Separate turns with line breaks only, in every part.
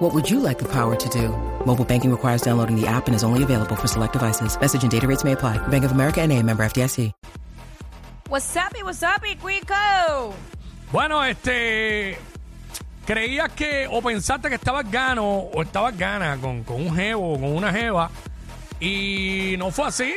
What would you like the power to do? Mobile banking requires downloading the app and is only available for select devices. Message and data rates may apply. Bank of America and a member FDIC.
What's up, y what's up, y Cuico?
Bueno, este. Creías que o pensaste que estabas gano o estabas gana con, con un jevo o con una jeva y no fue así.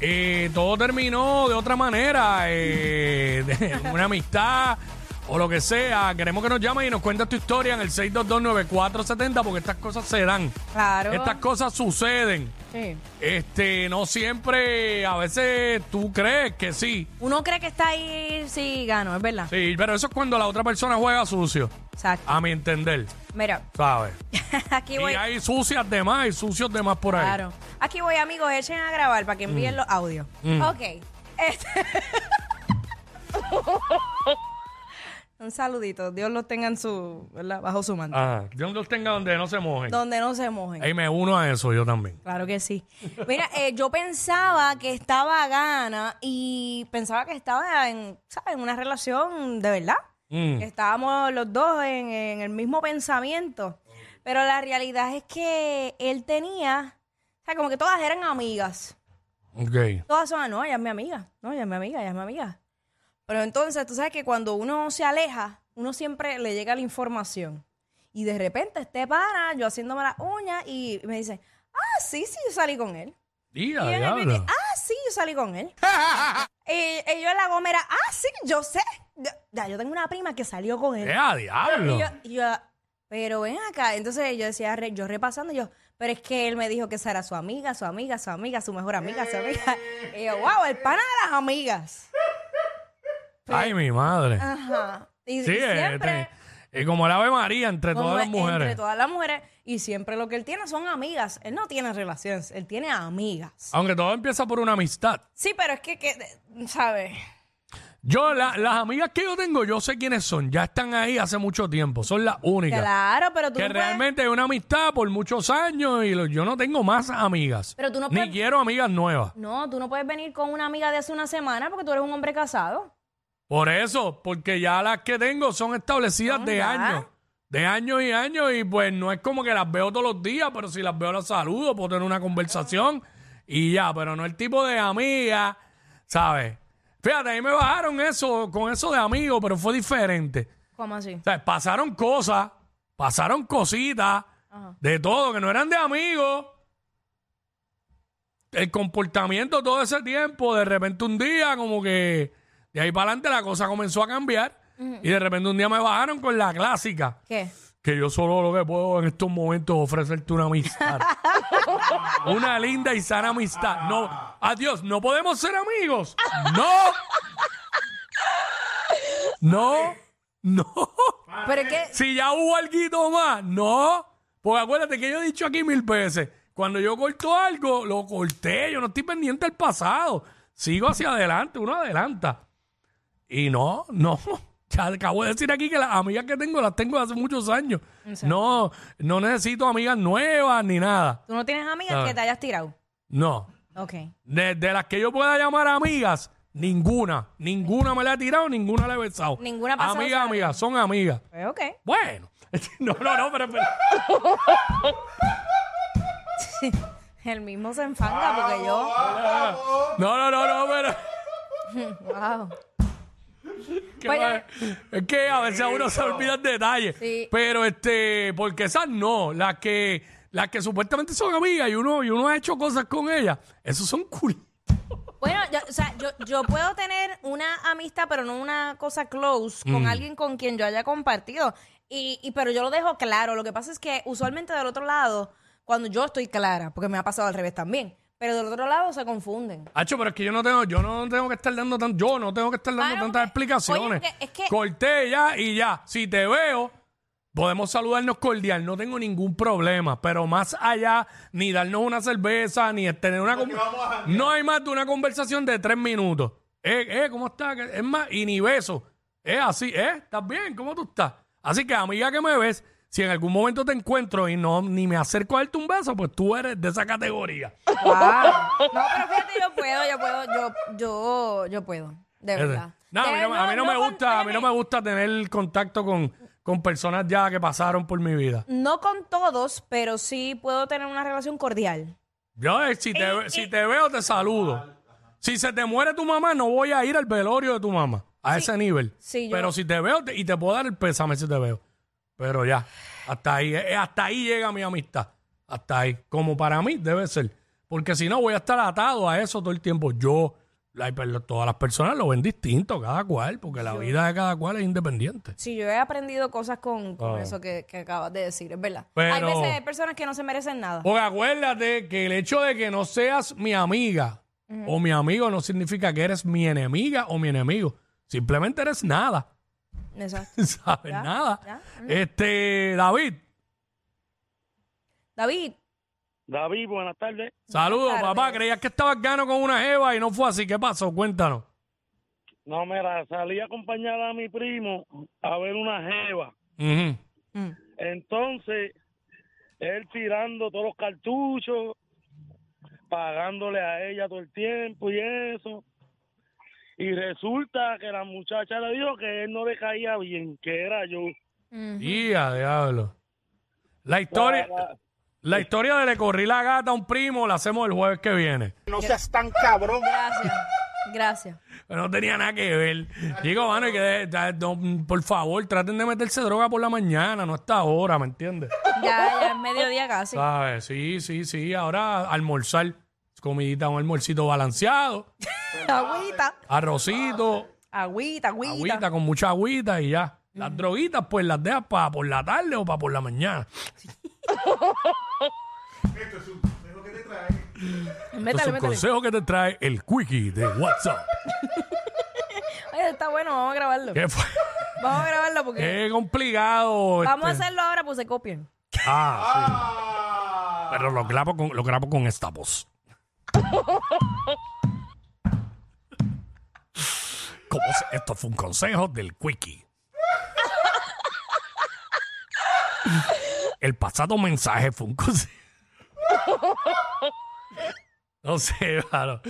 Eh, todo terminó de otra manera, eh, de una amistad o lo que sea. Queremos que nos llames y nos cuentes tu historia en el 6229470 porque estas cosas se dan.
Claro.
Estas cosas suceden.
Sí.
Este, no siempre, a veces tú crees que sí.
Uno cree que está ahí, sí, gano, es verdad.
Sí, Ah. pero eso es cuando la otra persona juega sucio,
Exacto.
a mi entender,
Mira,
¿sabes?
aquí
Y
voy.
hay sucias de más y sucios de más por ahí.
Claro. Aquí voy, amigos, echen a grabar para que
Mm.
envíen los audios. Ok. Este- Un saludito. Dios los tenga en su, ¿verdad? bajo su manto.
Ajá. Dios los tenga donde no se mojen.
Donde no se mojen.
Ah. Ahí me uno a eso yo también.
Claro que sí. Mira, eh, yo pensaba que estaba gana y pensaba que estaba en, ¿sabes? en una relación de verdad.
Mm.
que Estábamos los dos en, en el mismo pensamiento. Pero la realidad es que él tenía, o sea, como que todas eran amigas.
Ok.
Todas son, ah, no, ella es mi amiga, no, ella es mi amiga, ella es mi amiga. Pero entonces, tú sabes que cuando uno se aleja, uno siempre le llega la información. Y de repente, este pana, yo haciéndome las uñas y me dice, ah, sí, sí, yo salí con él.
Día,
Y yo en el
diablo.
video, ah, sí, yo salí con él. y, y yo en la gomera, ah, sí, yo sé. Yo, ya, yo tengo una prima que salió con él.
Eh, a diablo.
Y yo, y yo, pero ven acá. Entonces yo decía, re- yo repasando, yo, pero es que él me dijo que esa era su amiga, su amiga, su amiga, su mejor amiga, su amiga. Y yo, wow, el pana de las amigas.
Ay, mi madre.
Ajá. pues, ah, Y, y
sí, eh,
siempre.
te- eh, como el Ave María entre
como
todas las
Entre
mujeres.
todas las mujeres. Y siempre lo que él tiene son amigas. Él no tiene relaciones, él tiene amigas.
Aunque todo empieza por una amistad.
Sí, pero es que, que ¿sabes?
Yo, la- las amigas que yo tengo, yo sé quiénes son. Ya están ahí hace mucho tiempo. Son las únicas.
Claro, pero tú
que
no puedes-
realmente es una amistad por muchos años y lo- yo no tengo más amigas.
Pero tú no
Ni
puedes-
quiero amigas nuevas.
No, tú no puedes venir con una amiga de hace una semana porque tú eres un hombre casado.
Por eso, porque ya las que tengo son establecidas
Son
de
ya.
años. De años y años y pues no es como que las veo todos los días, pero si las veo las saludo, puedo tener una conversación y ya, pero no el tipo de amiga, ¿sabes? Fíjate, ahí me bajaron eso, con eso de amigo, pero fue diferente.
¿Cómo así?
O sea, pasaron cosas, pasaron cositas,
Ajá.
de todo, que no eran de amigos. El comportamiento todo ese tiempo, de repente un día, como que de ahí para adelante la cosa comenzó a cambiar. Y de repente un día me bajaron con la clásica,
¿Qué?
que yo solo lo que puedo en estos momentos es ofrecerte una amistad. una linda y sana amistad. No, adiós, no podemos ser amigos. No. No, no.
Pero es que.
Si ya hubo algo más, no. Porque acuérdate que yo he dicho aquí mil veces, cuando yo corto algo, lo corté, yo no estoy pendiente del pasado. Sigo hacia adelante, uno adelanta. Y no, no. Ya acabo de decir aquí que las amigas que tengo las tengo hace muchos años. No, no necesito amigas nuevas ni nada.
Tú no tienes amigas
Ah.
que te hayas tirado.
No.
Ok.
De, de las que yo pueda llamar amigas, ninguna. Ninguna me la he tirado, ninguna la he besado.
Ninguna ha pasado
Amiga,
cerca.
amiga, son amigas.
Pues ok.
Bueno. No, no, no, pero, pero-
El mismo se enfanga porque yo.
No, no, no, no, pero.
Wow.
que
Pues,
va- es que a veces a uno se olvida el detalle.
Sí.
Pero este, porque esas no, las que, las que supuestamente son amigas y uno, y uno ha hecho cosas con ellas, esos son cool.
Bueno, yo, o sea, yo, yo puedo tener una amistad, pero no una cosa close
Mm.
con alguien con quien yo haya compartido. Y, y- pero yo lo dejo claro. Lo que pasa es que usualmente del otro lado, cuando yo estoy clara, porque me ha pasado al revés también, pero del otro lado se confunden.
Hacho, pero es que yo no tengo, yo no tengo que estar dando tan, yo no tengo que estar dando
Ah, no,
tantas
porque-
explicaciones.
oye, porque es que-
Corté ya y ya. Si te veo, Podemos saludarnos cordial, no tengo ningún problema, pero más allá, ni darnos una cerveza, ni tener una... con- No hay más de una conversación de tres minutos. Eh, eh, ¿cómo estás? Que- Es más, y ni beso. Es así, ¿eh? ¿Estás bien? ¿Cómo tú estás? Así que, amiga que me ves, si en algún momento te encuentro y no ni me acerco a darte un beso, pues tú eres de esa categoría.
No, pero fíjate, yo puedo, yo puedo, yo, yo, yo puedo. De verdad. Eh,
No, a mí
De-
no, a mí no me
con-
gusta, a mí no
óyeme,
me gusta tener contacto con, con personas ya que pasaron por mi vida.
No con todos, pero sí puedo tener una relación cordial.
Yo eh, si te, ve- si te veo te saludo. Si se te muere tu mamá, no voy a ir al velorio de tu mamá, a ese nivel.
Sí, yo-
Pero si te veo te- y te puedo dar el pésame si te veo. Pero ya, hasta ahí, eh, hasta ahí llega mi amistad. Hasta ahí, como para mí debe ser. Porque si no, voy a estar atado a eso todo el tiempo. Yo, la- pero todas las personas lo ven distinto, cada cual, porque la vida de cada cual es independiente.
Sí, yo he aprendido cosas con, con
Ah.
eso que, que acabas de decir, es verdad.
Pero-
Hay veces hay personas que no se merecen nada.
Porque acuérdate que el hecho de que no seas mi amiga o mi amigo no significa que eres mi enemiga o mi enemigo. Simplemente eres nada.
Exacto.
¿Sabes?
Ya,
Nada.
ya.
Este, David,
David,
David, buenas tardes.
saludos,
tardes.
papá. Creías que estabas gano con una jeva y no fue así. ¿Qué pasó? Cuéntanos.
No, mira, salí a acompañar a mi primo a ver una jeva.
Ujú.
Entonces, él tirando todos los cartuchos, pagándole a ella todo el tiempo y eso. Y resulta que la muchacha le dijo que él no le caía bien, que era yo.
Día, diablo. La historia,
Para-
la historia de le corrí la gata a un primo la hacemos el jueves que viene.
gracias. gracias.
No tenía nada que ver. Digo, mano, y que de- de- no, por favor, traten de meterse droga por la mañana, no hasta ahora, ¿me entiendes?
Ya, ya es mediodía casi.
¿Sabes? Sí, sí, sí. Ahora almorzar, comidita, un almuercito balanceado,
Agüita.
arrocito,
Agüita, agüita.
agüita con mucha agüita y ya.
Mm.
Las droguitas, pues las dejas para por la tarde o para por la mañana. Este es
Métale,
el
métale.
consejo que te trae el Quickie de WhatsApp.
Oye, está bueno, vamos a grabarlo.
¿Qué fue?
Vamos a grabarlo porque
Qué complicado.
vamos a
este.
hacerlo ahora pues se copian.
Ah, sí. Pero lo grabo con, lo grabo con esta voz. Como se- esto fue un consejo del Quickie. El pasado mensaje fue un consejo. No sé, claro.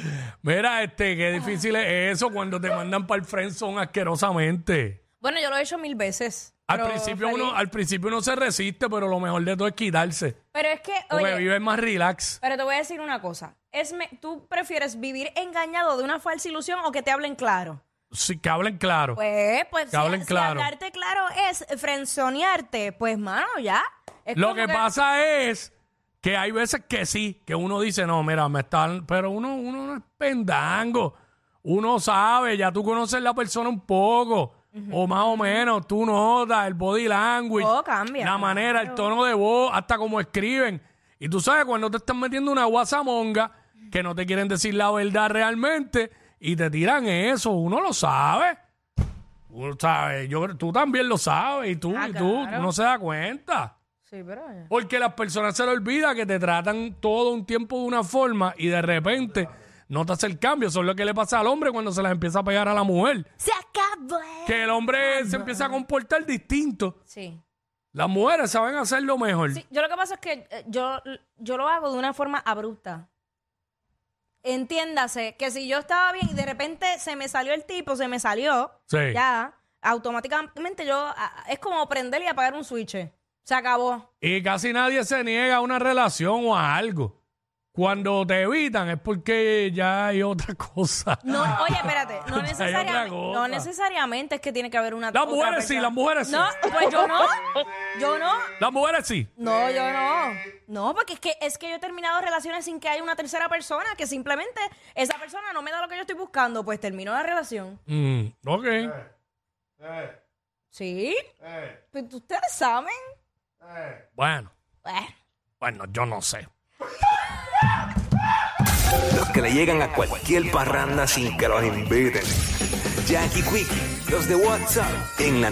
Mira, este, qué difícil es eso cuando te mandan para el friendzone asquerosamente.
Bueno, yo lo he hecho mil veces.
Al
pero
principio,
feliz.
uno, al principio uno se resiste, pero lo mejor de todo es quitarse.
Pero es que,
Porque
oye,
vives más relax.
pero te voy a decir una cosa. Es me- ¿Tú prefieres vivir engañado de una falsa ilusión o que te hablen claro?
Si que hablen claro.
Pues, pues,
Que hablen claro.
hablarte claro es frenzonearte, pues, mano, ya. Es
lo
como
que, pasa es que hay veces que sí, que uno dice, no, mira, me están. Pero uno, uno no es pendango. Uno sabe, ya tú conoces la persona un poco. O más o menos, tú notas el body language.
Todo Oh, cambia,
La manera, el tono de voz, hasta cómo escriben. Y tú sabes, cuando te están metiendo una guasamonga, que no te quieren decir la verdad realmente, y te tiran eso, uno lo sabe. Uno sabe, yo, tú también lo sabes, y tú,
Ah,
y tú,
claro.
uno se da cuenta.
Sí, pero... ya.
Porque las personas se les olvida que te tratan todo un tiempo de una forma y de repente no te hace el cambio. Eso es lo que le pasa al hombre cuando se las empieza a pegar a la mujer.
¡Se acabó!
Que el hombre se empieza a comportar distinto.
Sí.
Las mujeres saben hacerlo mejor.
Sí, yo lo que pasa es que eh, yo, yo lo hago de una forma abrupta. Entiéndase que si yo estaba bien y de repente se me salió el tipo, se me salió,
Sí.
ya, automáticamente yo, ah, es como prender y apagar un switch. Se acabó.
Y casi nadie se niega a una relación o a algo. Cuando te evitan es porque ya hay otra cosa.
No, oye, espérate, no
Hay otra
necesariamente,
cosa.
no necesariamente es que tiene que haber una
Las
otra
mujeres sí,
persona.
las mujeres sí.
No, pues yo no. Yo no.
Las mujeres sí.
No, yo no. No, porque es que es que yo he terminado relaciones sin que haya una tercera persona, que simplemente esa persona no me da lo que yo estoy buscando, pues termino la relación.
Mm, ok.
¿Sí? Pero ustedes saben. Eh.
Bueno,
Bueno.
bueno, yo no sé.
Los que le llegan a cualquier parranda sin que los inviten. Jackie Quickie, los de WhatsApp en la